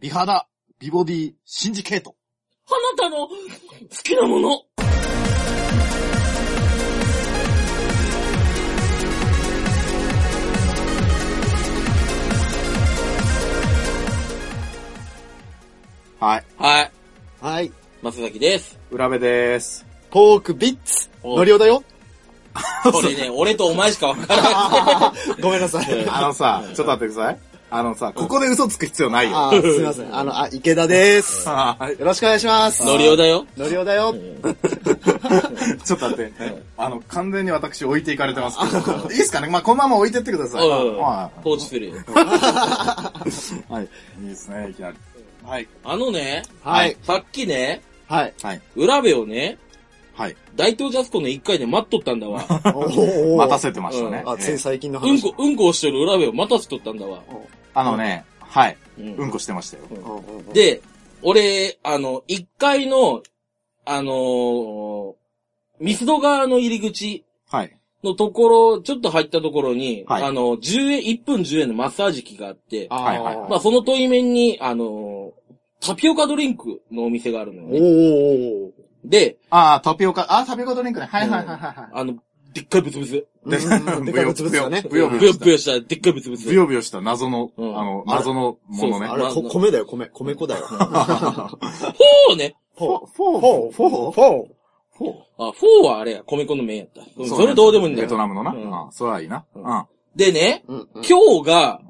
美肌、美ボディ、シンジケート。あなたの好きなものはい。はい。はい。松崎です。裏目です。トークビッツおのりお だよこれね、俺とお前しかわからない。ごめんなさい。あのさ、ちょっと待ってください。あのさ、ここで嘘つく必要ないよ。あーすいません。あの、あ、池田です。よあはいろしくお願いしま す。ノリオだよ。のりおだよ。ちょっと待って。あの、完全に私置いていかれてますけど。いいですかねまあ、このまま置いてってください。うんは放置するよ。い。はい。いいですね、いきなり。はい。あのね、はい。さっきね、はい。はい。裏部をね、はい。大東ジャスコの1回で待っとったんだ わ。おー待たせてましたね。あ、つい最近のうん話。こ、うんこをしてる裏部を待たせとったんだわ。あのね、はい。うんうんこしてましたよ。うんうんうんで、俺、あの、1階の、あのーミスド側の入り口はい。のところ、ちょっと入ったところに、はいあの、10円、1分10円のマッサージ機があって、あーはいはいまあ、その問い面に、あのータピオカドリンクのお店があるのよおーね。で、ああ、タピオカ、あータピオカドリンクね。はいはいはいはあの、でっかいブツブツ。おーおーい。うんでかいブツブツだね。ぶよぶぶよよしたぶよした、でっかいブツブツ。ぶよぶよした謎の、あうんの、謎のものねあそう。れ、まあこ米だよ、米。米粉だ よ。フォーね。フォー。フォフォー。フォーフォー。フォーあ、フォーはあれや、米粉の麺やった。うんそそうねれどうでもいいんだベトよ。ナムのな。うんああそれはいいな。う。うんんはでね、うんうん今日が、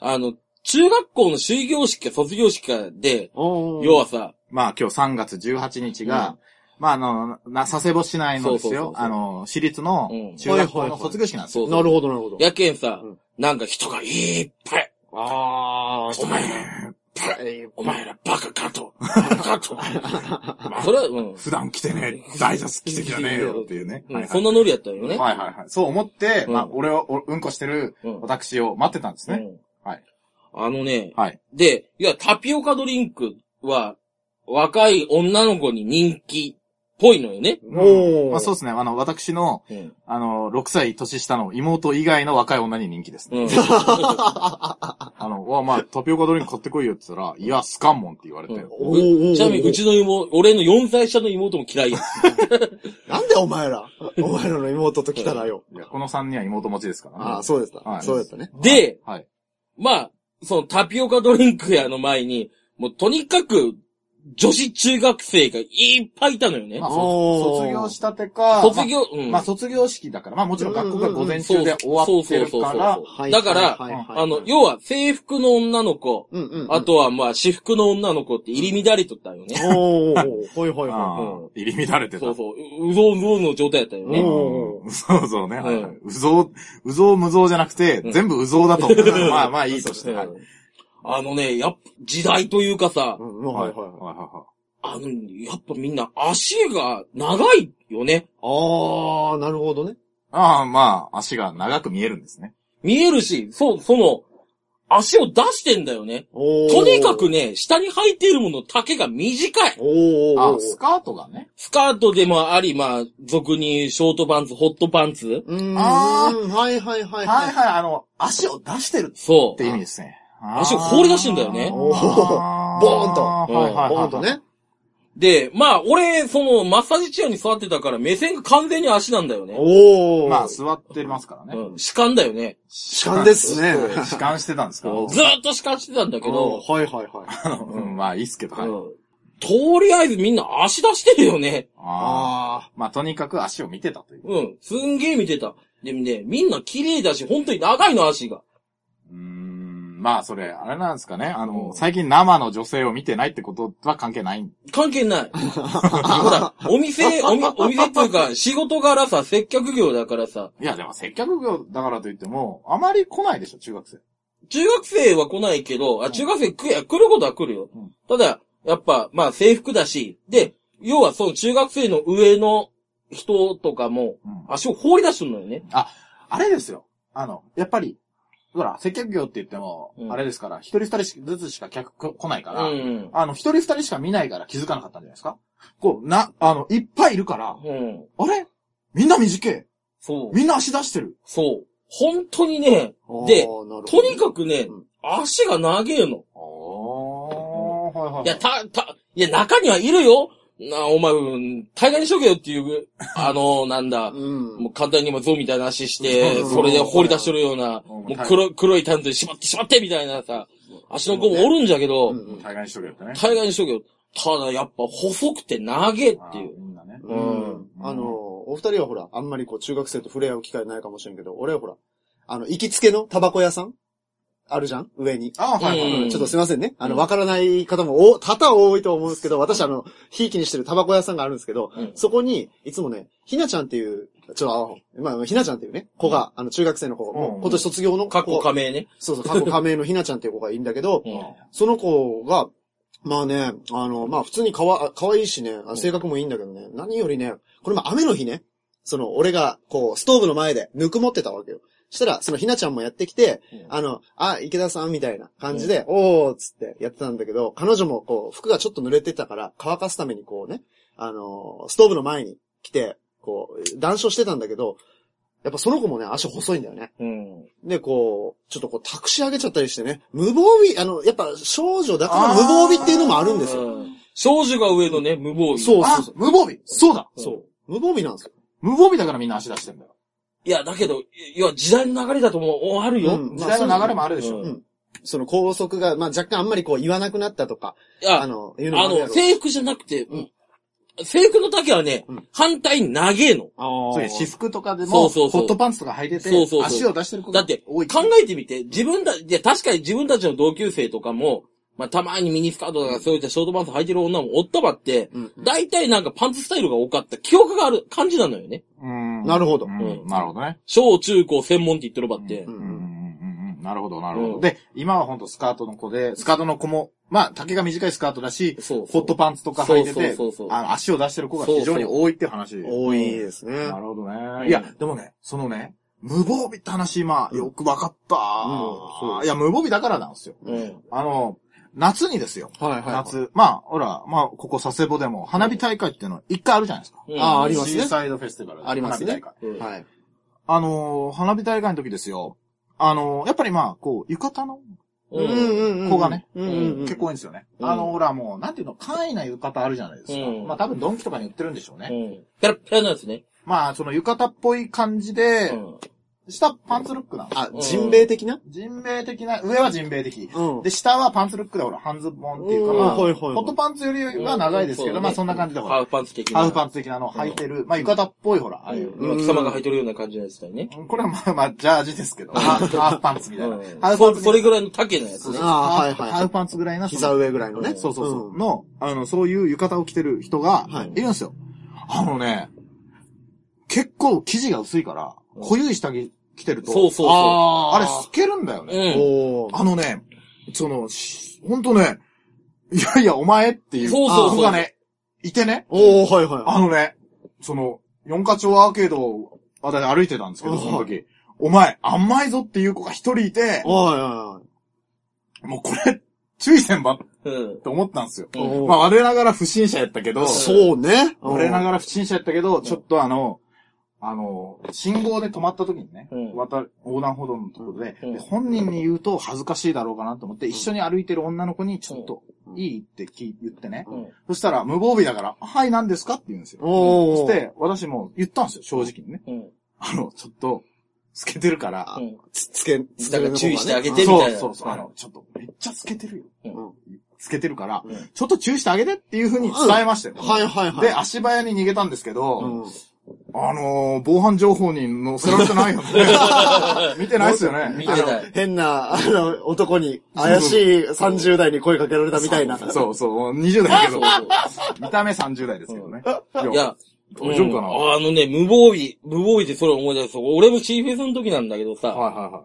あの、中学校の終業式か卒業式かで、おー要はさ、まあ今日3月18日が、まああの、な、佐世保市内のですそうそうそよう、そうあの、私立のうん中学校はいのはいはい卒業式なんですよ。そうそうなるほど、なるほど。やけんさうん、なんか人がいっぱい。あー、お前ら、お前らバカかと。バカ と。それは、うん。普段来てね、大雑来てきゃねえよっていうね。うんはいはそいんなノリやったよね。はいはいはい。そう思って、うんまあ俺を、おうんこしてるうん私を待ってたんですね。うんはいあのね、はい。で、いや、タピオカドリンクは、若い女の子に人気っぽいのよね。おー。まあそうですね、あの、私の、うん。あの、6歳年下の妹以外の若い女に人気ですね。 うん。あの、わ、まあ、タピオカドリンク買ってこいよって言ったら、いや、スカンモンって言われて。おーおーおーちなみに、うちの妹、俺の4歳下の妹も嫌いや。 なんでお前ら、お前らの妹と来たらよ。いや、この3人は妹持ちですから、ああ、そうでした。はいそうだったね。で、はい。まあ、そのタピオカドリンク屋の前に、もうとにかく、女子中学生がいっぱいいたのよねまあ、。おそー卒業したてか、卒業、うん。まあ、卒業式だから、まあもちろん学校が午前中で終わってるそうそうかそうらそう、はいだからはいはいはいあの、要は制服の女の子、うんうんうん。あ、とはまあ、私服の女の子って入り乱れとったよね。おーおー、ほいほいあほー入り乱れてた。そうそう。ううぞうぞうの状態やったようね。おうんそうそうね。はいはうい。うぞう、うぞう無ぞうじゃなくて、うん全部うぞうだと思う。まあまあいいとしうて。んはい。あのね、やっぱ、時代というかさい。、 うん、はいはいはい。はいはあの、やっぱみんな足が長いよね。ああ、なるほどね。いああ、まあ、足が長く見えるんですね。見えるし、そう、その、足を出してんだよね。おーとにかく、ね、下に履いているもの、丈が短い。おーおーあおースカートがね。スカートでもあり、まあ、俗にショートパンツ、ホットパンツ。うーん。あはいはいはいはいははい、あの、足を出してるっそて意味ですね。足を放り出してんだよねおーボーンと。はいはいはいいはほいんと。ね。う。で、まあ、俺、その、マッサージチェアに座ってたから、目線が完全に足なんだよね。おお。まあ、座ってますからね。うん、主観だよね。主主観ですね。弛緩してたんですかおずーっと主観してたんだけおど、ーはいはいはい。うん、まあいいっすけど、はい。うんとりあえずみんな足出してるよね。ああ。あまあとにかく足を見てたという。うん。すんげえ見てた。でもね、みんな綺麗だし、本当に長いの足が。うーん、まあそれ、あれなんですかね。あの、うん最近生の女性を見てないってことは関係ない。関係ない。ほら、お店、おみお店っていうか、仕事柄さ、接客業だからさ、いや、でも接客業だからといっても、あまり来ないでしょ、中学生。中学生は来ないけど、あ、中学生来や来ることは来るようん。ただ、やっぱ、まあ制服だし、で、要はその中学生の上の人とかもうん、足を放り出してるのよね。あれですよ。あの、やっぱり、ほら、接客業って言ってもう、んあれですから、一人二人ずつしか客こ来ないかうら、ん。あの、一人二人しか見ないから気づかなかったんじゃないですかこう、な、あの、いっぱいいるから、うん。あれみんな短いそう。みんな足出してるそう。本当にね、あ。でととにかくねうん、足が長えの。あはいはいいや、た、た、いや、中にはいるよな、お前、うん大概にしとけよっていう、あの、なんだ、うん。もう簡単に今ゾウみたいな話して、うんそれで放り出しとるような、うんもう黒、黒いタントにしまってしまってみたいなさ、足の子もおるんじゃけど、うん対岸しとけよってね。大概にしとけよ。ただやっぱ細くて長えっていあーう。みんなね。うん。あの、お二人はほら、あんまりこう中学生と触れ合う機会ないかもしれんけど、俺はほら、あの、行きつけのタバコ屋さんあるじゃん上に。あーはいはいはい。うんちょっとすいませんね。あの、うんわからない方も、お、多々多いと思うんですけど、私あの、ひいきにしてるタバコ屋さんがあるんですけど、うんそこに、いつもね、ひなちゃんっていう、ちょ、あまあ、ひなちゃんっていうね、子が、あの、中学生の子、うん今年卒業の子かっがこ仮名ね。そうそう、過去仮名のひなちゃんっていう子がいいんだけどう、んその子が、まあね、あの、まあ普通にかわ、可愛いしね、あ性格もいいんだけどね、何よりね、これも雨の日ね、その、俺が、こう、ストーブの前で、ぬくもってたわけよ。したら、そのひなちゃんもやってきて、うんあの、あ、池田さんみたいな感じで、おーっつってやってたんだけど、彼女もこう、服がちょっと濡れてたから、乾かすためにこうね、あのーストーブの前に来て、こう、談笑してたんだけど、やっぱその子もね、足細いんだよね。うん。で、こう、ちょっとこう、タクシー上げちゃったりしてね、無防備、あの、やっぱ少女だから無防備っていうのもあるんですよ。うん少女が上のね、無防備。そうあそうそう。無防備そうだそう。無防備なんですよ。無防備だからみんな足出してんだよ。いや、だけど、要は時代の流れだともう、おあるよ。うん時代の流れもあるでしうょん。その高速が、まあ、若干あんまりこう言わなくなったとか、いや、ああの、の、いうのもあるやろ。制服じゃなくて、うん制服の丈はね、うん反対に長えの。あそういう私服とかでそも、うそうホそうットパンツとか履いててそうそう、そう足を出してる子だがって、多考いっていう。えてみて、自分た、いや、確かに自分たちの同級生とかも、まあ、たまにミニスカートとかそういったショートパンツ履いてる女もおったばって、うん。大体なんかパンツスタイルが多かった記憶がある感じなのよね。うんなるほどううんんなるほどね。小中高専門って言ってるばって。うんんうんうんうんなるほど、なるほうど。んで、今はほんとスカートの子で、スカートの子も、まあ、丈が短いスカートだし、そうそホうットパンツとか履いててそうそうそうそう、あの、足を出してる子が非常に多いって話。多いですね。なるほどうね。んいや、でもね、そのね、無防備って話今、よくわかった、そういや、無防備だからなんですよ。うん。あの、夏にですよ。はいはいはい。夏。まあ、ほら、まあ、ここ佐世保でも、花火大会っていうの一回あるじゃないですか。うんああ、ありますシーね。サイドフェスティバル。あります花ね火大会。うんはい。あのー、花火大会の時ですよ。あのー、やっぱりまあ、こう、浴衣のうん。うん子がね。うんうんうん。結構多いんですよね。うんあの、ほら、もう、なんていうの、簡易な浴衣あるじゃないですか。うんまあ、多分ドンキとかに売ってるんでしょうね。うん。ペラッペラなんですね。まあ、その浴衣っぽい感じうで、ん。下パンツルックなの。あ、人命的な人命的な、上は人命的。うん。で、下はパンツルックでほら、半ズボンっていうか、うんまあ、はホいはいはいットパンツよりは長いですけど、うまあそんな感じでほハら、ーフパンツ的な。ハーフパンンツ。ツ的なのを履いてる、まあ浴衣っぽいほら、ああいう。今、貴様が履いてるような感じのやつだよね。これはまあまあ、ジャージですけど、ハーフハーフパンツみたいな。ハーうん。フパそンツそれぐらいの丈のやつね。ああ、ハはーいフはいハーはフパンツぐらいな、い。膝上ぐらいのね。そうそうそう。うんの、あの、そういう浴衣を着てる人がはい、いるんですよ。あのね、結構生地が薄いから、うん濃ゆい下着着てると、そうそうそああれあ透けるんだよう。ね。うん。おー。あのね、その、しほんとね、いやいや、お前っていうそうそうそう子がね、いてね、おー、はいはい。あのね、その、四課町アーケードを、あたり歩いてたんですけど、その時、お前、甘いぞっていう子が一人いて、はいはもうこれ、注意せんばっうん。て思ったんですよ。いはい。おーまあ、我ながら不審者やったけど、そうね。我なら。がら不審者やったけど、ちょっとあの、あの、信号で止まった時にね、うん渡る横断歩道のところで、うんで本人に言うと恥ずかしいだろうかなと思って、一緒に歩いてる女の子にちょっと、いいって聞い言ってね、うんそしたら無防備だから、はい、何ですかって言うんですよ。おそー。し、て、私も言ったんですよ、正直にね。うん。あの、ちょっと、透けてるから、うん。つ、つけ、つけだから注意してあげてみそたういな。そうそう、あの、ちょっと、めっちゃ透けてるよ。うん透けてるから、うんちょっと注意してあげてっていう風に伝えましたよ。はいはいはい。で、足早に逃げたんですけど、うん、あのー、防犯情報に載せられてない よね。見てないっすよね。見てない。変な、あの、男に、怪しい30代に声かけられたみたいな。そうそう、20代だけど そうそう、見た目30代ですけどね。いや、大丈夫かなうんあのね、無防備、無防備でそれを思い出す。俺もシーフェスの時なんだけどさ、はいはいはい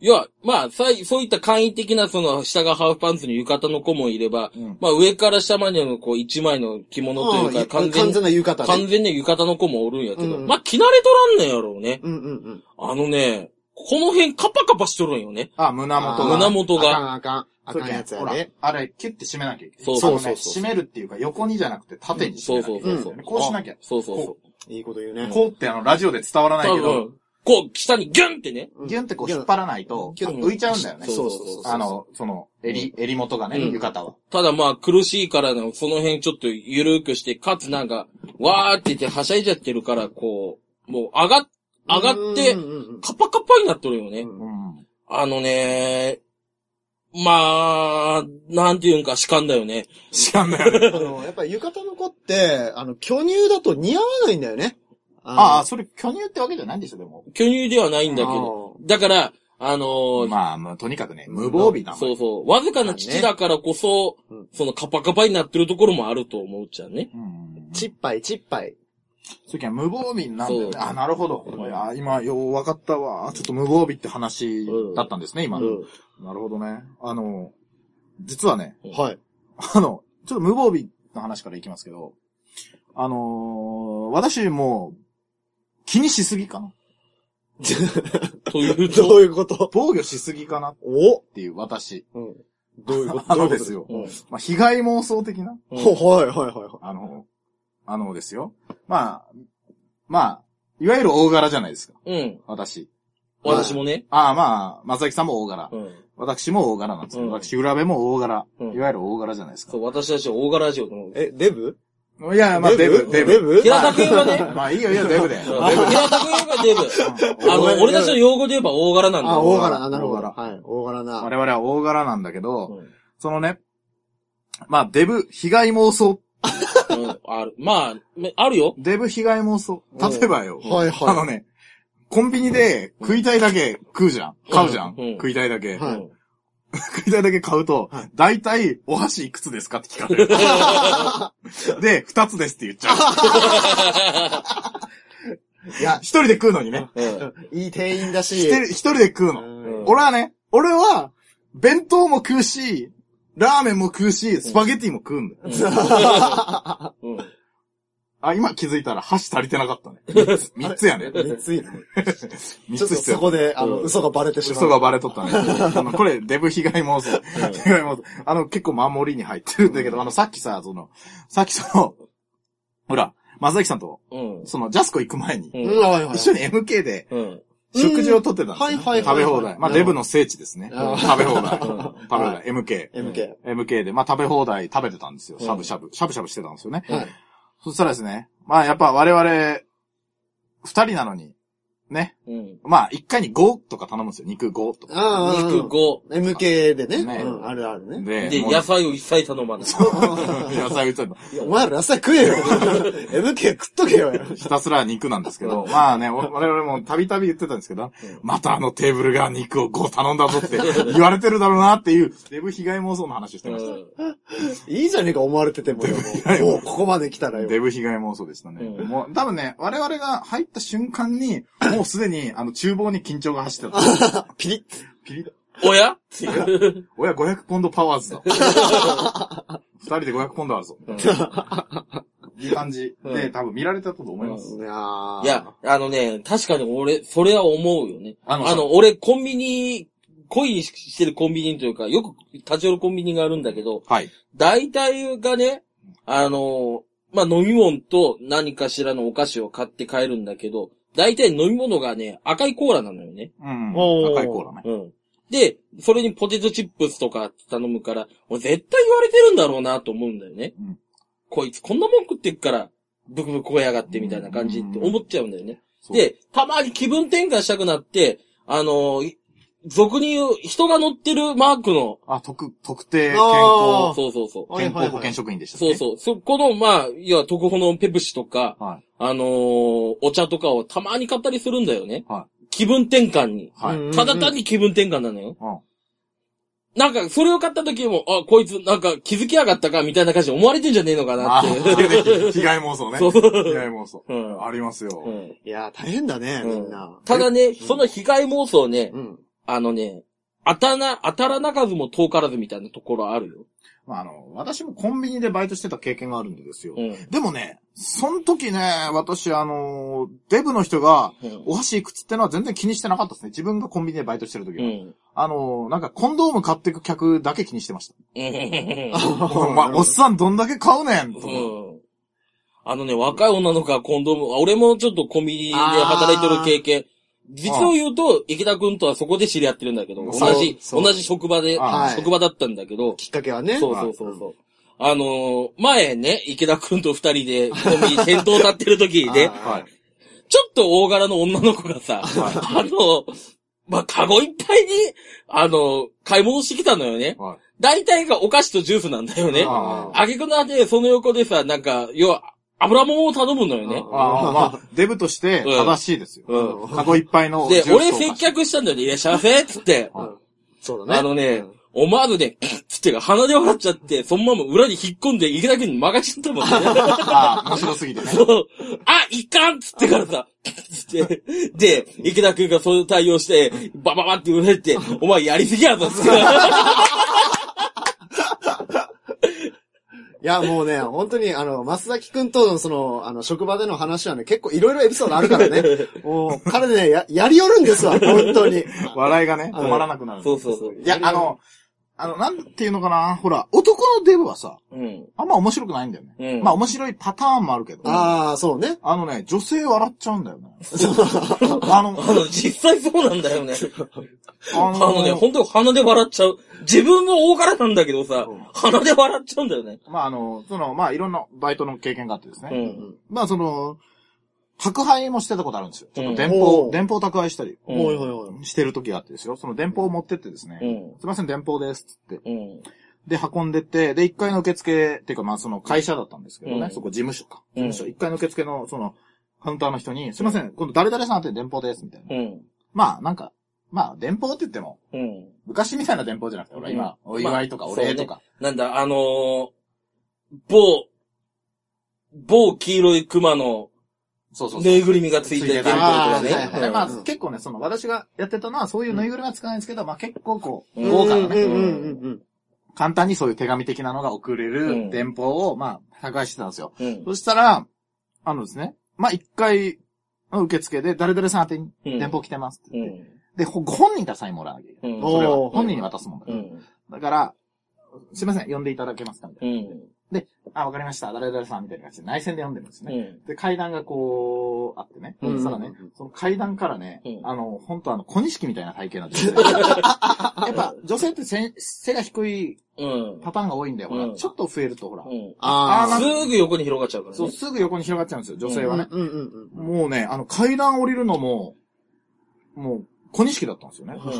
や、まあ、さいそういった簡易的な、その、下がハーフパンツの浴衣の子もいれば、うんまあ、上から下までの、こう、一枚の着物というか、完完全全に、な浴衣完ね。全に浴衣の子もおるんやけど、うんまあ、着慣れとらんねんやろうね。うんうんうん。あのね、この辺カパカパしとるんよね。い。あ、胸元あが。胸元あかが。んあかん。あそうかんねやつやほらで。、あれ、キュッて締めなきゃいけない。そうそうあのねそうそう締めるっていうか、横にじゃなくて縦に締そめうなきゃそいうけないうそそう。こうしなきゃ。そうそうそう。いいこと言うね。こうってあの、ラジオで伝わらない多けど、分、こう、下にギュンってね。うんギュンってこう引っ張らないと、ギュン浮いちゃうんだよねそ。うそうそうそう。あの、その、襟、襟元がね、うん浴衣は。ただまあ苦しいからの、その辺ちょっと緩くして、かつなんか、わーって言ってはしゃいじゃってるから、こう、もう上がっ、上がってうん、うんうんカパカパになっとるよね。うんうん。あのねまあ、なんていうんか士官だよね。知らんだよね。あの、やっぱり浴衣の子って、あの、巨乳だと似合わないんだよね。ああ、そそれ巨乳ってわけじゃないんでしょ、でも。巨乳ではないんだけど。ど。だから、あのーまあまあ、とにかくね、無防備なそうそう、わずかな父だからこそ、まあねそのカパカパになってるところもあると思うじゃんね。うん。ちっぱいちっぱい。そうきは無防備なんだよね。そうあ、なるほど。いや、今、よう分かったわ。ちょっと無防備って話だったんですね、今の。うなるほどね。あの、実はね、はい。 あの、ちょっと無防備の話からいきますけど、あのー私もう、気にしすぎかな。ん。という どと、ういうこと防御しすぎかなっおていう私。うん。どういうこと あのです。よ。どういうこまあ、被害妄想的なとほはいはいはいはあの、あのですよ。まあ、まあ、いわゆる大柄じゃないですか。うん。私。私もね。ああ、まあ、松崎さんも大柄。うん。私も大柄なんですよ。うん私、浦部も大柄。うんいわゆる大柄じゃないですそか。う、私たち大柄ラジオと思う。い。え、デブいや、まあ、デブ、デデブ。ブ平田君はね、うんまあ、いいよ、いいよ、デブで。平田君はデブ。あの、俺たちの用語で言えば大柄なんだあ、よ。大柄。あなるほど。大柄はい。大柄我な。々は大柄なんだけうど、んそのね、まあ、デブ、被害妄想。うんある。まあ、めあるよ。デブ被害妄想。例えばよ。はいあのはね、コンビニで食いたいだけ食うじゃん。買うじゃん。うん食いたいだけ。はいうん食いたいだけ買うとはい、大体、お箸いくつですかって聞かれる。 で、二つですって言っちゃう。いや、一人で食うのにね。うんい。いい店員だ一し。人一人で食ううの。ん俺はね、俺は、弁当も食うし、ラーメンも食うし、スパゲティも食うんだよ。うんあ、今気づいたら箸足りてなかった ね。三つ三つやね。三ついる。 三ちょっつと必そ要。こで、あの、うん嘘がバレてしまう。嘘がバレとったね。あの、これ、デブ被害妄想。被害妄想。 あの、結構守りに入ってるんだけど、あの、さっきさ、その、さっきその、 ほら、松崎さんと、うん。その、ジャスコ行く前に、う。うんん、はいはい。一緒に MK で、うん。食事をとってたんですようんはいはい食はいはべい放題。まあ、なるデほどブの聖地ですね。あー食べ放題。食べん放は題。MK。 MK。 MK で、まあ、食べ放題食べてたんですよ。うんしゃぶしゃぶ。しゃぶしゃぶしてたんですよね。はい。そしたらですね、まあ、やっぱ我々、二人なのに、ね。うん。まあ、一回に5とか頼むんですよ。肉5とか。ああ。肉5。 MK でね。ねうん、あるあるね。でで、もう野菜を一切頼まない。 野菜をちょっといやお前ら野菜食えよ。MK 食っとけよ。 ひたすら肉なんですけど、うまあね、お我々もたびたび言ってたんですけど、うんまたあのテーブルが肉を5頼んだぞって言われてるだろうなっていう、デブ被害妄想の話をしてました。いいじゃねえか思われててもよ。もうもうここまで来たらよ。デブ被害妄想でしたね。うんもう、多分ね、我々が入った瞬間に、もうすでに、あの、厨房に緊張が走ってた。ピリッ。ピリッ。おやっていう。親500ポンドパワーズだ。二人で500ポンドあるぞ。うんいい感じで、うん多分見られてたと思います。いやーいや、あのね、確かに俺、それは思うよね。あのあの、俺、コンビニ、恋してるコンビニというか、よく立ち寄るコンビニがあるんだけど、はい。大体がね、あの、まあ、飲み物と何かしらのお菓子を買って帰るんだけど、大体飲み物がね、赤いコーラなのよね。うん。おー高いコーラね。うん。で、それにポテトチップスとか頼むから、もう絶対言われてるんだろうなと思うんだよね。うんこいつこんなもん食ってっから、ブクブク食いやがってみたいな感じって思っちゃうんだよね。そう、で、たまに気分転換したくなって、あのー、い俗に言う、人が乗ってるマークの、あ、特、特定健あ康ー、そうそうそう。はい健はいは康い保険職員でしたっけそうそう。そこの、まあ、いや、特保のペプシとか、はあのーお茶とかをたまに買ったりするんだよね。は気分転換に。い。はい。うんただ単に気分転換なのよ。うんなんか、それを買った時も、あ、こいつ、なんか、気づきやがったか、みたいな感じで思われてんじゃねえのかなあっていう。ー 被害妄想ね。 そう被害妄想。うんありますうよ。んいやー大変だね、うんみんな。ただね、その被害妄想ね、うん。あのね、当たな、当たらなかずも遠からずみたいなところあるよ。まあ、あの、私もコンビニでバイトしてた経験があるんですよう。ん。でもね、その時ね、私、あの、デブの人が、うんお箸いくつってのは全然気にしてなかったですね。自分がコンビニでバイトしてる時うは。ん。あの、なんかコンドーム買ってく客だけ気にしてました。うんお 前、おっさんどんだけ買うねんと思ってうん。あのね、若い女の子がコンドーム、あ俺もちょっとコンビニで働いてる経験、実を言うと、池田くんとはそこで知り合ってるんだけど、そう同じ、そう同じ職場で、はい職場だったんだけど、きっかけはね。そうそうそうそう。あのー前ね、池田くんと二人で、コンビニ先頭立ってる時 で、ははいい。ちょっと大柄の女の子がさ、あの、まあ、カゴいっぱいに、あの、買い物してきたのよね。はい。大体がお菓子とジュースなんだよね。ああげくのあて、その横でさ、なんか、要は、油もんを頼むのよね。あああ、まあ、デブとして正しいですよ。うん。カゴいっぱいのジューでス、と。俺接客したんだよね、いらっしゃいませっつって。あそうだね。あのねうん、思わずね、 キッつってか鼻で笑っちゃって、そのまま裏に引っ込んで、池田君に任しちゃったもんね。 ああ、面白すぎてね。そう。あ、いかんっつってからさ、 つって。で、池田くんがそういう対応して、バババって売れて、お前やりすぎやぞっつって。いや、もうね、本当に、あの、松崎くんとの、その、あの、職場での話はね、結構いろいろエピソードあるか らね。もう、彼ね、や、やりよるんですわ、本当に。笑いがね、止まらなくなる。 そうそうそう。いや、あの、あの、なんていうのかな、ほら、男のデブはさ、うん。あんま面白くないんだよね。うんまあ面白いパターンもあるけど。ああ、そうね。あのね、女性笑っちゃうんだよね。あの、 あの、実際そうなんだよね。ああのね、ほんと鼻で笑っちゃう。自分も大柄なんだけどさ、鼻で笑っちゃうんだよね。まああの、その、まあいろんなバイトの経験があってですね。うん。まあその、宅配もしてたことあるんですよ。ちょっと電う報、ん電報宅配したりうんおいおいおい。してる時があってですよ。その電報を持ってってですね。うんすいません、電報です。つって。うん。で、運んでって、で、1階の受付、っていうか、まあ、その会社だったんですけどね、うんそこ事務所か。事うん務所、1階の受付の、その、カウンターの人に、すいません、今度誰々さんって電報です、みたいな。うん。まあ、なんか、まあ、電報って言っても、うん。昔みたいな電報じゃなくて、俺今、うんお祝いとか、まあお礼とか。なんだ、あのー、某、某黄色い熊のそうそうそう。ぬいぐるみがついてるついてるあーとでかはいはいね。まあう、ん結構ね、その、私がやってたのは、そういうぬいぐるみは使わないんですけど、まあ、結構こう、うん豪華なうんね、うんうんうん。簡単にそういう手紙的なのが送れうんる電報を、まあ、宅配してたんですよ。うん。そしたら、あのですね、まあ、1階の受付で、誰々さん宛てに、うん電報来てますってう言って。ん。で、ほご本人からサインもらうわけ。うん。それはおー本人に渡すもんだかうら。ん。だから、すいません、呼んでいただけますかみたいうん。な。あ、わかりました。誰々さんみたいな感じで内線で読んでるんですうね。ん。で、階段がこう、あってね。うんそしたらね、その階段からね、うんあの、本当あの、小錦みたいな体型なん ですよ。やっぱ、女性ってせ背が低いうん。パターンが多いんだよ。ほら、うんちょっと増えるとほら、うん。あーなんああ、すぐ横に広がっちゃうからそう、ね。すぐ横に広がっちゃうんですよ、女性はね。うんうんうん。もうね、あの、階段降りるのも、もう、小錦だったんですよね。う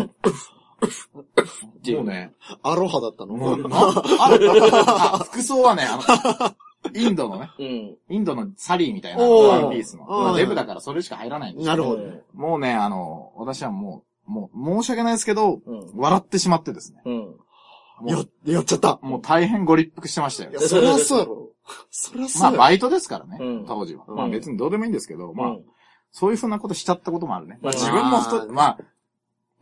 ん。もうね、アロハだったのもう、なあ あ服装はね、あの、インドのね、うん。インドのサリーみたいなおワーンピースの。うんまあデブだからそれしか入らないんですなよるほど。もうね、あの、私はもう、もう、申し訳ないですけど、うん笑ってしまってですね。うん。もやう、、やっちゃった。もう大変ご立腹してましたよいや、。そりゃそうやろ。そりゃまそあ、うやろ。バイトですからねうん、当時は。うんまあ別にどうでもいいんですけど、うまあん、。そういうふうなことしちゃったこともあるね。まあうん自分も太っ、まあ、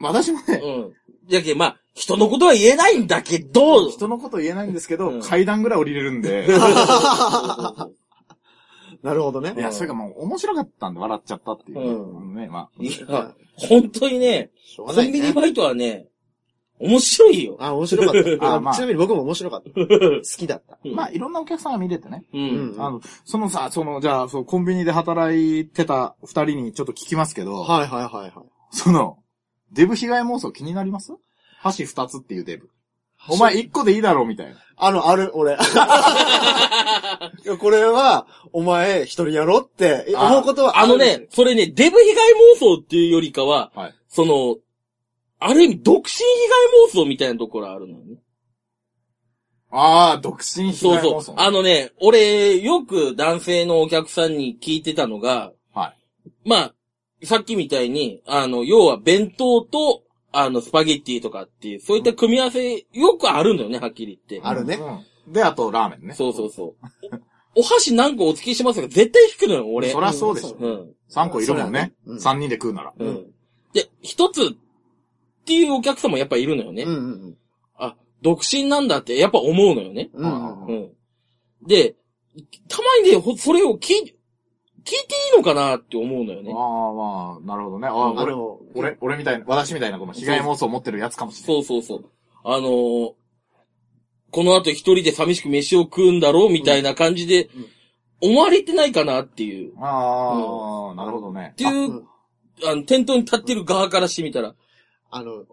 私もね、うん。じゃけ、まあ、人のことは言えないんだ けど、人のこと言えないんですけうど、ん階段ぐらい降りれるんで、なるほどねい。や、それがもう面白かったんで笑っちゃったっていうう。ね、まあ。いや、本当にね、しょうコがないンねビニバイトはね、面白いよ。あ、面白かっ た。あまああちなみに僕も面白かった。好きだった。うんまあ、いろんなお客さんが見れてね。う。うんんあの、そのさ、その、じゃあ、そう、コンビニで働いてた二人にちょっと聞きますけど、はいはいはいはい。その、デブ被害妄想気になります箸二つっていうデブ。お前一個でいいだろうみたいな。あの、ある、俺。いやこれは、お前、一人やろってえあ思うことはあのるね、、それね、デブ被害妄想っていうよりかは、はい。その、ある意味、独身被害妄想みたいなところあるのね。ああ、独身被そう害妄そ想。う。あのね、俺、よく男性のお客さんに聞いてたのが、はい。まあ、さっきみたいに、あの、要は弁当と、あの、スパゲッティとかっていう、そういった組み合わせ、よくあるんだよね、はっきり言って。あるねうん。で、あと、ラーメンね。そうそうそう。おお箸何個お付きしますが、絶対引くのよ、俺。そらそうでしょ。うん。三個いるもんねそうや。ね三人で食うなら。ううんん。で、一つっていうお客様やっぱいるのよね。うんうんあ、独身なんだってやっぱ思うのよね。うん。うんうんうん。で、たまにね、ほそれを聞い、聞いていいのかなって思うのよね。ああ、まあ、なるほどね。ああ、あ俺、の、俺、俺みたいな、私みたいなこの被害妄想持ってるやつかもしれない。そうそうそう。あのーこの後一人で寂しく飯を食うんだろうみたいな感じでうん、思われてないかなっていう。ああ、なるほどねっ。ていうあの、店頭に立ってる側からしてみたら、あの、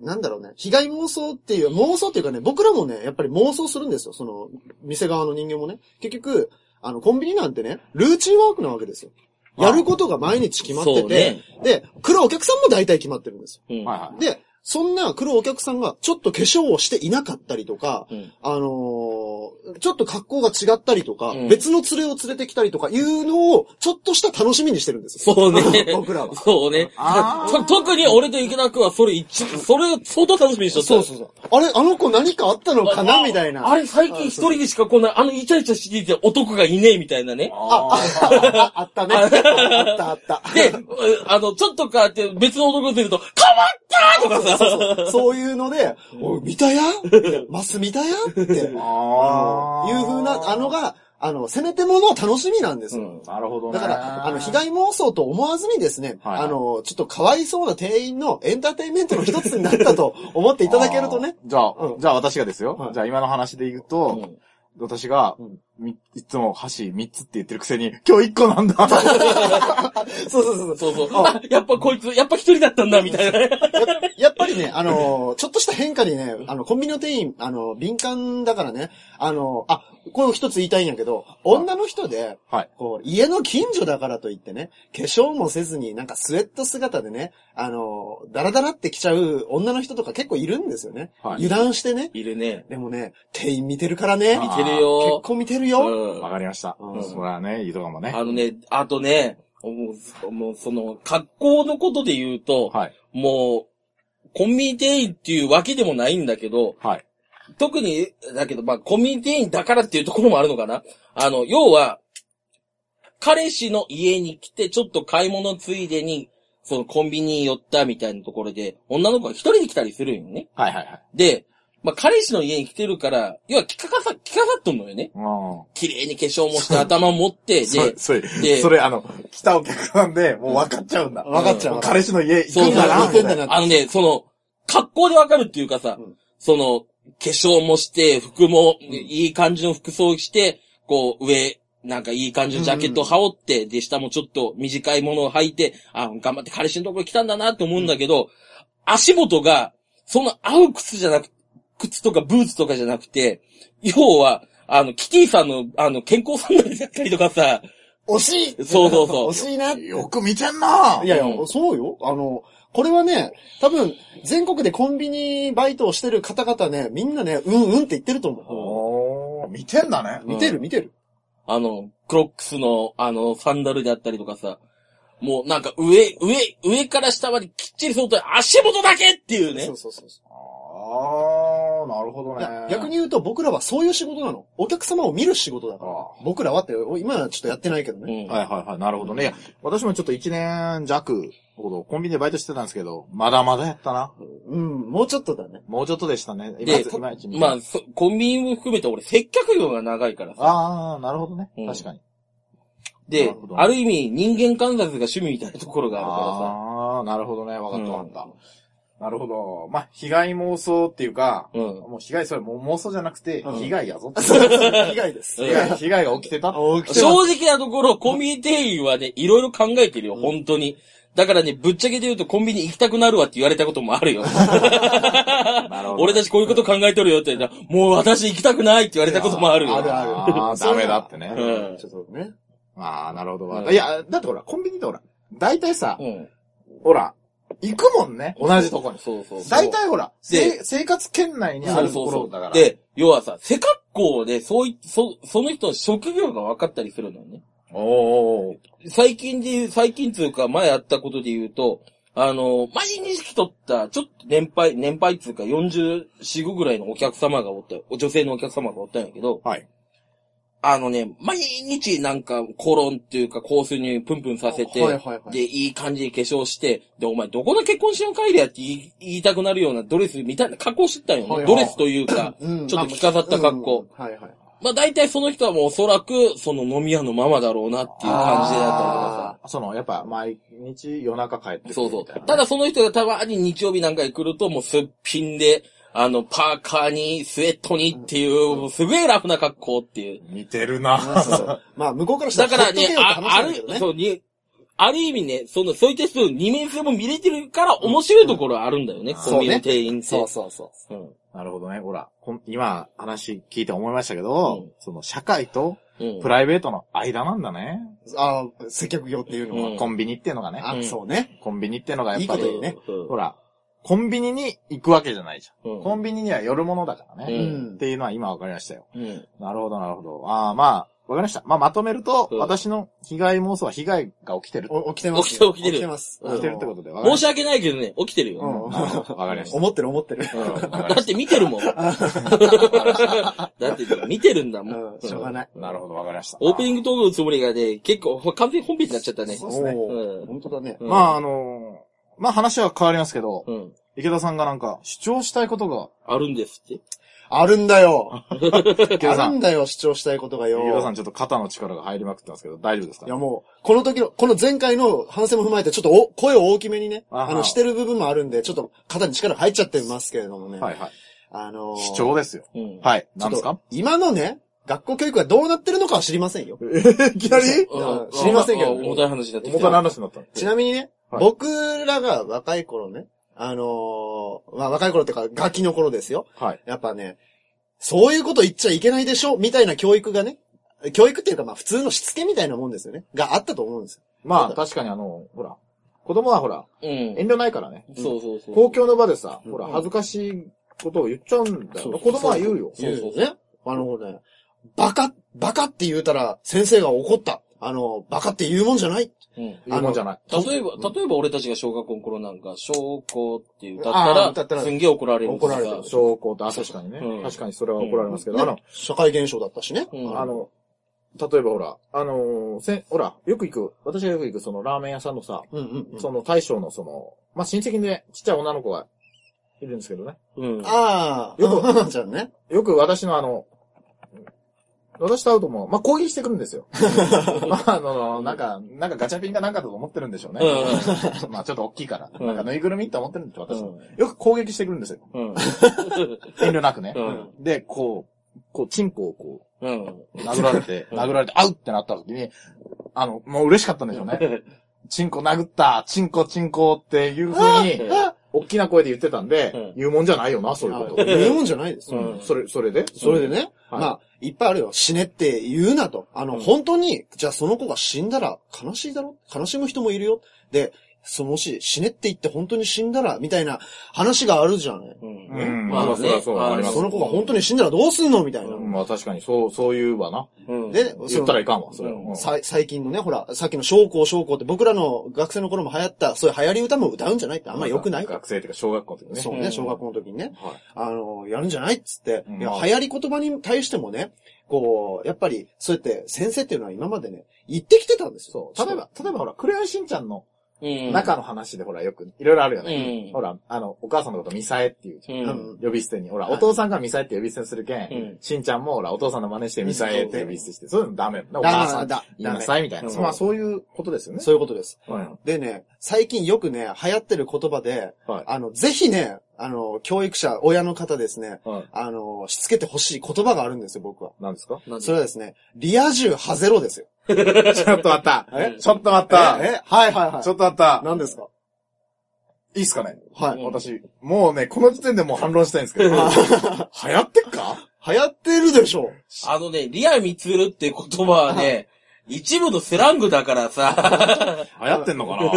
なんだろうね、被害妄想っていう、妄想っていうかね、僕らもね、やっぱり妄想するんですよ、その、店側の人間もね。結局、あの、コンビニなんてね、ルーチンワークなわけですよ。やることが毎日決まってそうて、ね。で、来るお客さんも大体決まってるんですうん。はいはよ。で、そんな来るお客さんがちょっと化粧をしていなかったりとか、うんあのーちょっと格好が違ったりとか、うん別の連れを連れてきたりとかいうのを、ちょっとした楽しみにしてるんですよ。そうね 僕らは。そうね。 あーと特に俺と池田君はそれ一、それ相当楽しみにしとった。そうそうそう。あれ、あの子何かあったのかなみたいな。あれ最近一人でしか来ない、あのイチャイチャしていて男がいねえみたいなね。あああったね。あったあった。で、あの、ちょっと変わって別の男が出ると、かわったーとかさ、そうそうそういうので、おい、見たやみたいなマス見たやって、いーうん。 あー風な、あの、が、あの、せめてものを楽しみなんですよ。なるほどね。だから、あの、被害妄想と思わずにですね、はいはいあの、ちょっとかわいそうな店員のエンターテインメントの一つになったと思っていただけるとね。あー。じゃあ、うんじゃあ私がですよ。はいじゃあ今の話で言ううと、ん私がうん、みいつも箸3つって言ってるくせに、今日1個なん だそうそうそうそうそう。あ、やっぱこいつ、やっぱ一人だったんだ、みたいなね。やっぱりね、あの、ちょっとした変化にね、あの、コンビニの店員、あの、敏感だからね、あの、あ、これ一つ言いたいんやけど、女の人で、はいこう、家の近所だからといってね、化粧もせずに、なんかスウェット姿でね、あの、ダラダラって来ちゃう女の人とか結構いるんですよね。はい油断してね。いるね。でもね、店員見てるからね。見あてるよ結。構見てるよ。うんわかりました。うんそれはね、いいとかもね。あのね、あとね、もう、もうその、格好のことで言うと、はい。もう、コンビニ店員っていうわけでもないんだけど、はい。特に、だけど、まあ、コンビニ店員だからっていうところもあるのかな。あの、要は、彼氏の家に来て、ちょっと買い物ついでに、そのコンビニに寄ったみたいなところで、女の子が一人で来たりするんよね。はいはいはい。で、まあ、彼氏の家に来てるから、要は着かかさ、着かかっとんのよね。うん。綺麗に化粧もして頭持って、で、それ、それ、でそれあの、来たお客さんで、もう分かっちゃうんだ。分かっちゃう。もう分かっ彼氏の家行そうくんだ行な、くみんただいな。な。あのね、その、格好でわかるっていうかさ、うんその、化粧もして、服も、いい感じの服装して、こう、上、なんかいい感じのジャケットを羽織って、で、下もちょっと短いものを履いて、あ、頑張って彼氏のところ来たんだなって思うんだけど、足元が、その合う靴じゃなく、靴とかブーツとかじゃなくて、要は、あの、キティさんの、あの、健康サンダルだったりとかさ、惜しいそうそうそう惜しいなってよく見てんないやいや、うんそうよ。あの、これはね、多分、全国でコンビニバイトをしてる方々ね、みんなね、うんうんって言ってると思おー、見てんだねう。。見てる見てる。あの、クロックスの、あの、サンダルであったりとかさ、もうなんか上、上、上から下まできっちりそうと足元だけっていうねそう。そうそうそあー、なるほどう。いねや。逆に言うと僕らはそういう仕事なの。お客様を見る仕事だからあ。僕らはって、お今はちょっとやってないけどうね。ん。はいはいはい、なるほどね。いや、私もちょっと1年弱ほどコンビニでバイトしてたんですけど、まだまだやったな。うん、もうちょっとだ ね。もうちょっとでしたね。いまでいちいまいち見てまあ、そコンビニも含めて俺接客業が長いからさ。あー、なるほどねうん。確かに。なでるほ、どある意味人間観察が趣味みたいなところがああー、なるほどね。わかったわかったうん。なるほど。まあ、被害妄想っていうか、るから さ。もう被害、それもう妄想じゃなくて、うん被害やぞって。被害です。 うん被害被害が起きてた。大うきん。て正ます直なところ、コンビニ店員はね、いろいろ考えてるよ、本当に。だからね、ぶっちゃけて言うとコンビニ行きたくなるわって言われたことも あるよ。なるほど俺たちこういうこと考えとるよって言ったら、もう私行きたくないって言われたこともあるよ。あるあるあーダメだってね。うんちょっとね。ああ、なるほど、うんいや、だってほら、コンビニでほら、大体さ、うん。ほら、行くもんね、同じとこに。そうそうそう。大体ほら、でせ生活圏内にあそうるとそうこそろうだから。で、要はさ、背格好で、そうい、そ、その人の職業が分かったりするのよね。おー最近で言う、最近というか前あったことで言うと、あの、毎日来とった、ちょっと年配、年配っていうか44、5ぐらいのお客様がおった、女性のお客様がおったんやけど、はい。あのね、毎日なんかコロンっていうか香水にプンプンさせて、はいはいはいで、いい感じに化粧して、で、お前どこの結婚しようかいりやって言い言いたくなるようなドレスみたいな格好してたんよね。はいはい、ドレスというかうんちょっと着飾った格好。うんはいはい。まあ大体その人はもうおそらく、その飲み屋のママだろうなっていう感じだったりとかあーその、やっぱ、毎日夜中帰ってさ。くそるうそみたいなね、う。ただその人がたまに日曜日なんかに来ると、もうすっぴんで、あの、パーカーに、スウェットにっていう、もうすげえラフな格好っていう。見てるな。まあ、向こうからしただらかほらっとけよっねて、あ、話あなんだけどね。る、そうに、ある意味ね、その、そういった人の二面性も見れてるから面白いところはあるんだよね、うんコンビニの店員って。そうそうそう。うん。なるほどね。ほら、こん今話聞いて思いましたけど、うんその社会とうんプ。ライベートの間なんだね。ああ、接客業っていうのは。うんコンビニっていうのがね。あ、そうね。コンビニっていうのがやっいいこぱと言り、うねうん。ほら、コンビニに行くわけじゃないじうゃん。ん。コンビニには寄るものだからうね。んっ。ていうのは今わかりましたよ。うん。なるほど、なるほど。ああ、まあ、わかりました。まあ、まとめると、うん私の被害妄想は被害が起きてる。お起きてま起す。きてる起きてる起きてます。うん起きてるってことで。申しわ訳ないけどね、起きてるうよ。ん。かわかりました。思ってる思ってる。うん。んだって見てるもん。 だって見てるんだもんう。ん。しょうがない。なるほど、わかりました。オープニングトークのつもりがね、結構、完全に本編になっちゃったね。そうですねおうーん本当だね。まあ、あのーまあ話は変わりますけど、うん。池田さんがなんか主張したいことが、あるんですって。あるんだよ。 池田さあるん、んだよ、主張したいことがよ。池田さんちょっと肩の力が入りまくってますけど、大丈夫ですかいやもう、この時の、この前回の反省も踏まえて、ちょっとお声を大きめにね、あはあの、してる部分もあるんで、ちょっと肩に力入っちゃってますけれどもね。はいはい。あのー主張ですよ。うん。はい。ちょ何っですかと、今のね、学校教育がどうなってるのかは知りませんよ。 いきなりうん知りませんけどあ重たい話になって重きたた。な話になった。ちなみにね、はい僕らが若い頃ね、あのーまあ、若い頃っていうか、ガキの頃ですよ。はい。やっぱね、そういうこと言っちゃいけないでしょみたいな教育がね、教育っていうかまあ普通のしつけみたいなもんですよね。があったと思うんですよ。まあ確かにあの、ほら、子供はほら、うん。遠慮ないからね。そうそうそう。公共の場でさ、うんほら、恥ずかしいことを言っちゃうんだそよ。う子供は言うよ。そうそうそうね。あのね、バカ、バカって言うたら先生が怒った。あの、バカって言うもんじゃない。うん。言うもんじゃない。例えば、例えば俺たちが小学校の頃なんか、小校って歌あー歌っったたら、らすんげえ怒られる怒られたるでし証拠って、あ確かにねうん。確かにそれは怒られますけど、うんあの、社会現象だったしね。うんあの、例えばほら、あのー、せん、ほら、よく行く、私がよく行くそのラーメン屋さんのさ、うんうんうん。その大将のその、まあ、親戚でちっちゃい女の子がいるんですけどね。うん。ああ、よくく、じゃあね。よく私のあの、私と会うともう、まあ、攻撃してくるんです よ。まあ、あの、なんか、なんかガチャピンかなんかだと思ってるんでしょうね。 まあ、ちょっと大きいから。うんなんかぬいぐるみって思ってるんですよ、う私。ん。よく攻撃してくるんですよ。うん。遠慮なくねう。ん。で、こう、こう、チンコをこう、うん。殴られて、うん殴られて、あうってなった時に、あの、もう嬉しかったんでしょうね。チンコ殴った、チンコチンコっていう風に、大きな声で言ってたんうんで、言うもんじゃないよな、そういうこと。言うもんじゃないですうよ。んそれ、それでそれでね、はいまあ、いっぱいあるよ。死ねって言うなと。あの、うん本当に、じゃあその子が死んだら悲しいだろ悲しむ人もいるよ。で、そもし死ねって言って本当に死んだら、みたいな話があるじゃない。うんうんまあまねあそりゃそうあーありますその子が本当に死んだらどうすんのみたいな。うまあ確かに、そう、そういうわな。うん。で、その言ったらいかんわ、それは。うんうんさい最近のね、ほら、さっきの将校将校って僕らの学生の頃も流行った、そういう流行り歌も歌うんじゃないってあんま良くない学生というか、小学校というかね。そううんね、小学校の時にね、はいあの、やるんじゃないっつって、うんいやまあ流行り言葉に対してもね、こう、やっぱり、そうやって先生っていうのは今までね、言ってきてたんですよそ。う。例えば、例えばほら、クレヨンしんちゃんのうん。中の話でほら、よく、いろいろあるよねう。んほら、あの、お母さんのことミサエっていうじゃん。う。ちょっと、うんん呼び捨てに。ほら、はいお父さんがミサイって呼び捨てするけうんん、しんちゃんもほら、お父さんの真似してミサイって呼び捨てして、そういうのダメよね。お母さだ、んってだ、言いだなめ。さいみたいな。うんまあ、そういうことですよね。そういうことです。うんでね、最近よくね、流行ってる言葉で、はいあの、ぜひね、あの、教育者、親の方ですね、はい。あの、しつけてほしい言葉があるんですよ、僕は。何ですかなんでそれはですね、リア充ハゼロですよ。ちょっと待ったえ。ちょっと待った。え、えはいはいはい。ちょっと待った。何ですかいいっすかねはい。うん私、もうね、この時点でもう反論したいんですけど。 流行ってっか流行ってるでしょあのね、リアミツルって言葉はね、一部のスラングだからさ。流行ってんの かな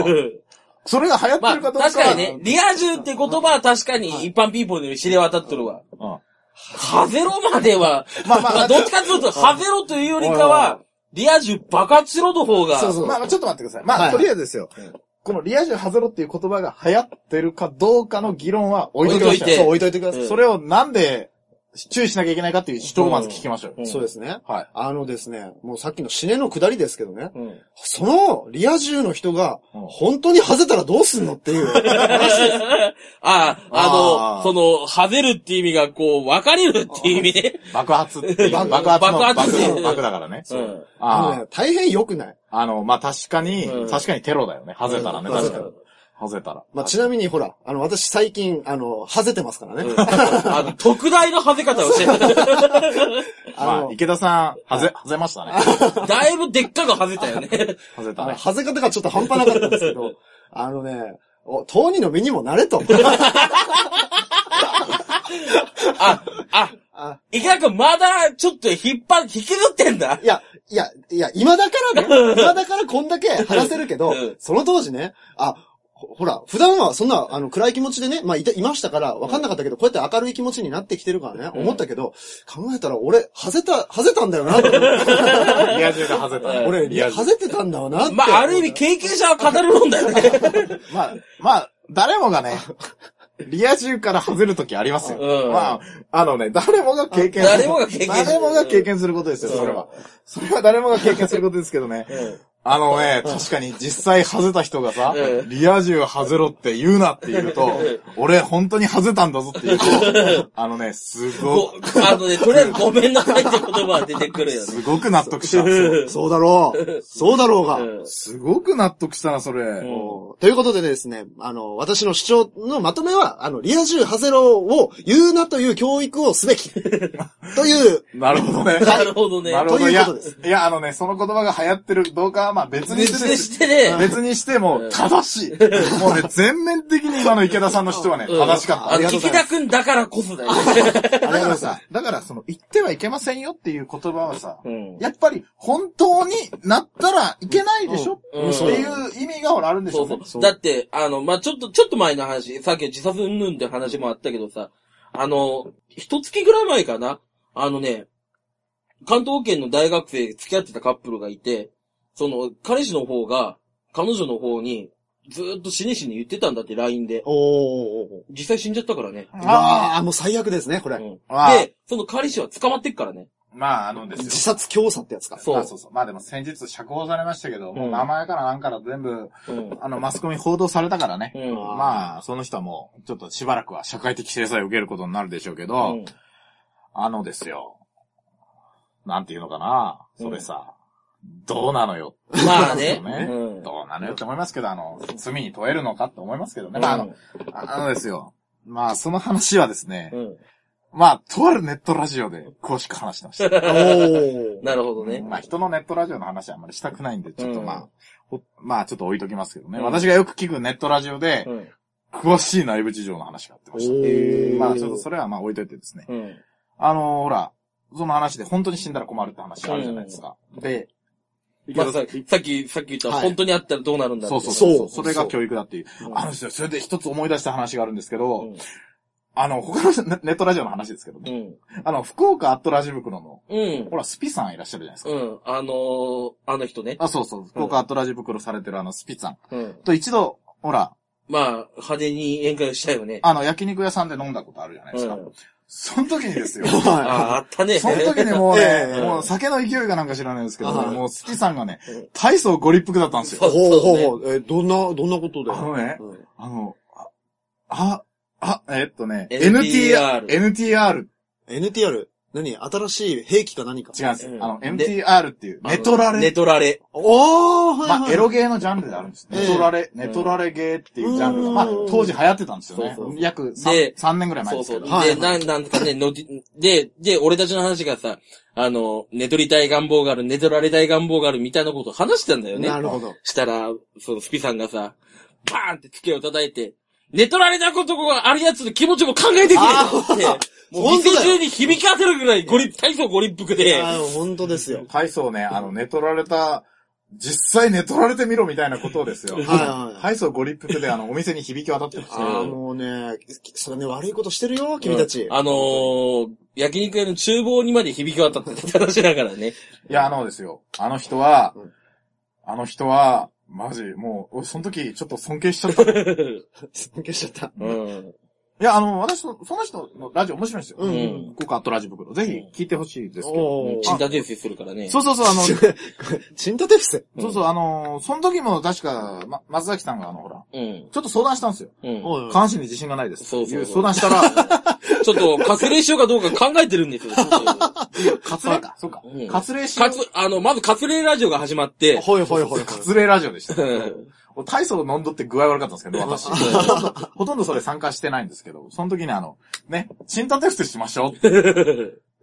それが流行ってまあ、るかどうか。確かにね、リア充って言葉は確かに一般ピーポーに知れ渡ってるわ。うん。まハゼロまでは、あままあ、あ、どっちかというと、ハゼロというよりかうは、リア充爆発しろの方が、そうそうまあまあ、ちょっと待ってください。はいまはあ、いとりあえずですようん。このリア充ハゼロっていう言葉が流行ってるかどうかの議論は置いときま置いしとょいうて。そう、置いといてください。うんそれをなんで注意しなきゃいけないかっていう主張をまず聞きましょうよ。うんそうですね。はい。あのですね、もうさっきの死ねの下りですけどね、うんそのリア充の人が、うん本当にハゼたらどうすんのっ ていう。 ああ、あの、あーその、ハゼるっていう意味が、こう、分かれるっていう意味ね。爆発っていう、爆爆発の爆爆発爆爆だからね。うん。ああのあね、大変良くない。あの、まあ、確かに、うん確かにテロだよね。外れたらね、うん確かに。外れたら。まあ、ちなみにほら、あの、私最近、あの、はぜてますからね。あの、特大の外れ方をして あまあ、の、池田さん、はぜ、はぜましたね。た。だいぶでっかく外れたよね。外れたあ の、ね。はぜ方がちょっと半端なかったんです けど、あのね、お、当人の身にもなれと。あ、あ、あ池田くんまだちょっと引っ張、引きずってんだ。いや、いや、いや、今だからね、今だからこんだけ話せるけどうん、その当時ね、あ、ほほら、普段はそんな、あの、暗い気持ちでね、まあ、いた、いましたから、わかんなかったけど、こうやって明るい気持ちになってきてるからね、うん思ったけど、考えたら俺、はぜた、はぜたんだよなって思って、 リア充で外れたね。俺、リア充は。ぜてたんだよなって。まあ、ある意味経験者は語るもんだよね。まあ、まあ、誰もがね、リア充から外れるときありますよ。うんまあ、あのね、誰もが経験する。誰もが経験する誰もが経験することですよ、うんそれは。それは誰もが経験することですけどね。あのね、確かに実際外れた人がさう、んリア充外ろって言うなって言うとうん、俺本当に外れたんだぞって言うと、あのね、すごご、あのね、とりあえずごめんなさいって言葉は出てくるよく、すね。ごく納得した。 そうそうだろう。そうだろうが。うんすごく納得したな、そうんれ。ということでですね、あの、私の主張のまとめは、あの、リア充ハゼロを言うなという教育をす べき。という、なるほどね。なるほどね。なるほど。といいうこやとです、いや、あのね、その言葉が流行ってる動画はまあ別にし別てにですしてね。別にしても、正しい。もうね、全面的に今の池田さんの主張はね、うん正しかった。あの、聞きたくんだからこそだよね。だからさ、だからその、言ってはいけませんよっていう言葉はさ、うんやっぱり本当になったらいけないでしょっうんていう意味がほらあるんでしそょうね。そう。だって、あの、まあ、ちょっと、ちょっと前の話、さっきの自殺うんぬんって話もあったけどさ、あの、一月ぐらい前かな、あのね、関東圏の大学生付き合ってたカップルがいて、その、彼氏の方が、彼女の方に、ずーっと死ね死ね言ってたんだって、LINE で。おーおーおー実際死んじゃったからね。あああ、もう最悪ですね、うこれ。んあーで、その彼氏は捕まってっからね。あ、まあ、あのですよ自。殺教唆ってやつか。まそあう。そうそう。まあでも先日釈放されましたけど、もううん名前からなんから全部、うん。あの、マスコミに報道されたからね。うん。まあ、その人はもう、ちょっとしばらくは社会的制裁を受けることになるでしょうけど、うんあのですよ。なんていうのかなそれさ、どうなのよ。 まあね。そうねうんどうなのよって思いますけど、あの、罪に問えるのかって思いますけどね。うんまあ、あの、ああのですよ。まあ、その話はですねう、ん。まあ、とあるネットラジオで詳しく話してました。おー。なるほどね。まあ、人のネットラジオの話はあんまりしたくないんで、ちょっとまあ、うんほまあ、ちょっと置いときますけどね。うん私がよく聞くネットラジオで、うん。詳しい内部事情の話があってました。おーまあ、ちょっとそれはまあ置いといてですね。うん。あのーほら、その話で本当に死んだら困るって話あるじゃないですか。で、まあさ、さっき、さっき言った、はい本当にあったらどうなるんだってそうそうそう。そそうれが教育だっていう。うんあのですよ、それで一つ思い出した話があるんですけど、うんあの、他のネネットラジオの話ですけどうね。ん。あの、福岡アットラジ袋の、うんほ。ら、スピさんいらっしゃるじゃないですか。うん。あのー、あの人ね。あ、そうそう。福岡アットラジ袋されてるあの、スピさん。うん。と一度、ほら、まあ、派手に宴会をしたよね。あの、焼肉屋さんで飲んだことあるじゃないでうすか。ん。その時にですよ。 あはあ、あったね。その時にもうえね、えもう酒の勢いがなんか知らないんですけどはいね、もうスピさんがねうん、大層ご立腹だったんですよい。ほそううそうほうねほう。え、どんな、どんなことであのね、うんあの、あ、あ、あえっとね、NTR NTR、 NTR 違うんで ?NTR? 何新しい兵器か何かすよ。あの、で NTR っていう、 あのネトラネレ。トラレ。おー、はいはいまあ、エロゲーのジャンルであるんです。えネえトラレ、ネトラレゲーっていうジャンルが、うんまあ、当時流行ってたんですよねそうそう。約 3, で三年ぐらい前そですけうそう。ど。で、はいはいなん、なんとかね、のじで、で、俺たちの話がさ、あの、寝取りたい願望がある、寝取られたい願望があるみたいなことを話してたんだよね。なるほど。したら、そのスピさんがさ、バーンって机を叩いて、寝取られたことがあるやつの気持ちも考えてくれって、もう本当店だよ中に響かせるぐらいごり、体操ご立腹で、あー本当ですよ。大層ね、あの、ネトラレた、実際ネトラレてみろみたいなことをですよ。はいはい大層ご立腹で、あの、お店に響き渡ってましたよ。ああ、もうね、それね、悪いことしてるよ、君たち。あのー、焼肉屋の厨房にまで響き渡ったって話だからね。いや、あのですよ。あの人はうん、あの人は、マジ、もう、俺その時、ちょっと尊敬しちゃ った。い尊敬しちゃった。うん。や、あの、私、その人のラジオ面白いんですよ。うんうん福岡アットラジ袋。ぜひ、聞いてほしいですけど。おチンー。タ訂正するからね。そうそうそう、 あの、チンタテフセ。そうそう、あの、その時も確か、ま、松崎さんが、あの、ほら、うん。ちょっと相談したんですよ。うん。おい関心に自信がないです。そうそうそうい相談したら、ちょっと、割礼しようかどうか考えてるんですよ。割礼か。そうかうん。割礼しよかつ、あの、まず割礼ラジオが始まって、ほいほいほいほう。い。割礼ラジオでした。うん大層飲んどって具合悪かったんですけど、 私。ほとんどそれ参加してないんですけど、その時にあの、ね、チンタテフセしましょうって。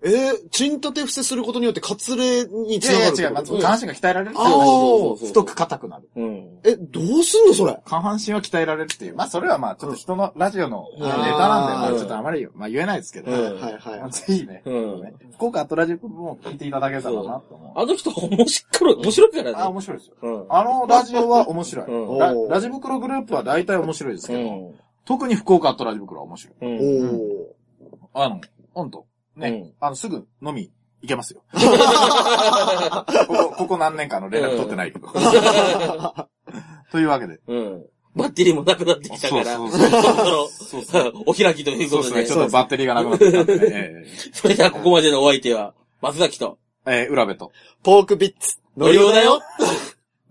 えー、チンタテ伏せすることによって、カツレにいつながやるいや違う、まあってこと下半身が鍛えられるっていうあそーうそうそう太く硬くなる。うん。え、どうすんのそれ。下半身は鍛えられるっていう。まあそれはまあちょっと人のラジオのうネんタなんあで、ーまあちょっとあまり、まあ言えないですけど、うんはいはいまはあい。ぜひね、うんね福岡アットラジオも聞いていただけたらなと思う。あの人面白い、面白いからね。あ、面白いですよ。うん。あのラジオは面白い。うんラおーラジ袋グループは大体面白いですけうど、ん。特に福岡アットラジ袋は面白い。うおん。ー。あの、ほんと、ね、うんあの、すぐ飲み行けます よ。ここ、ここ何年かの連絡取ってないけ ど。というわけで。うん。バッテリーもなくなってきたから、そうそそうろそろ、 お開きというそこうでとすで。ね。ちそょっとバッテリーがなくなってきたんでね、 えれではここまでのお相手は、松崎と、えええ浦部と。ポークビッツ、 のりおだよ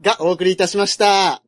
がお送りいたしました。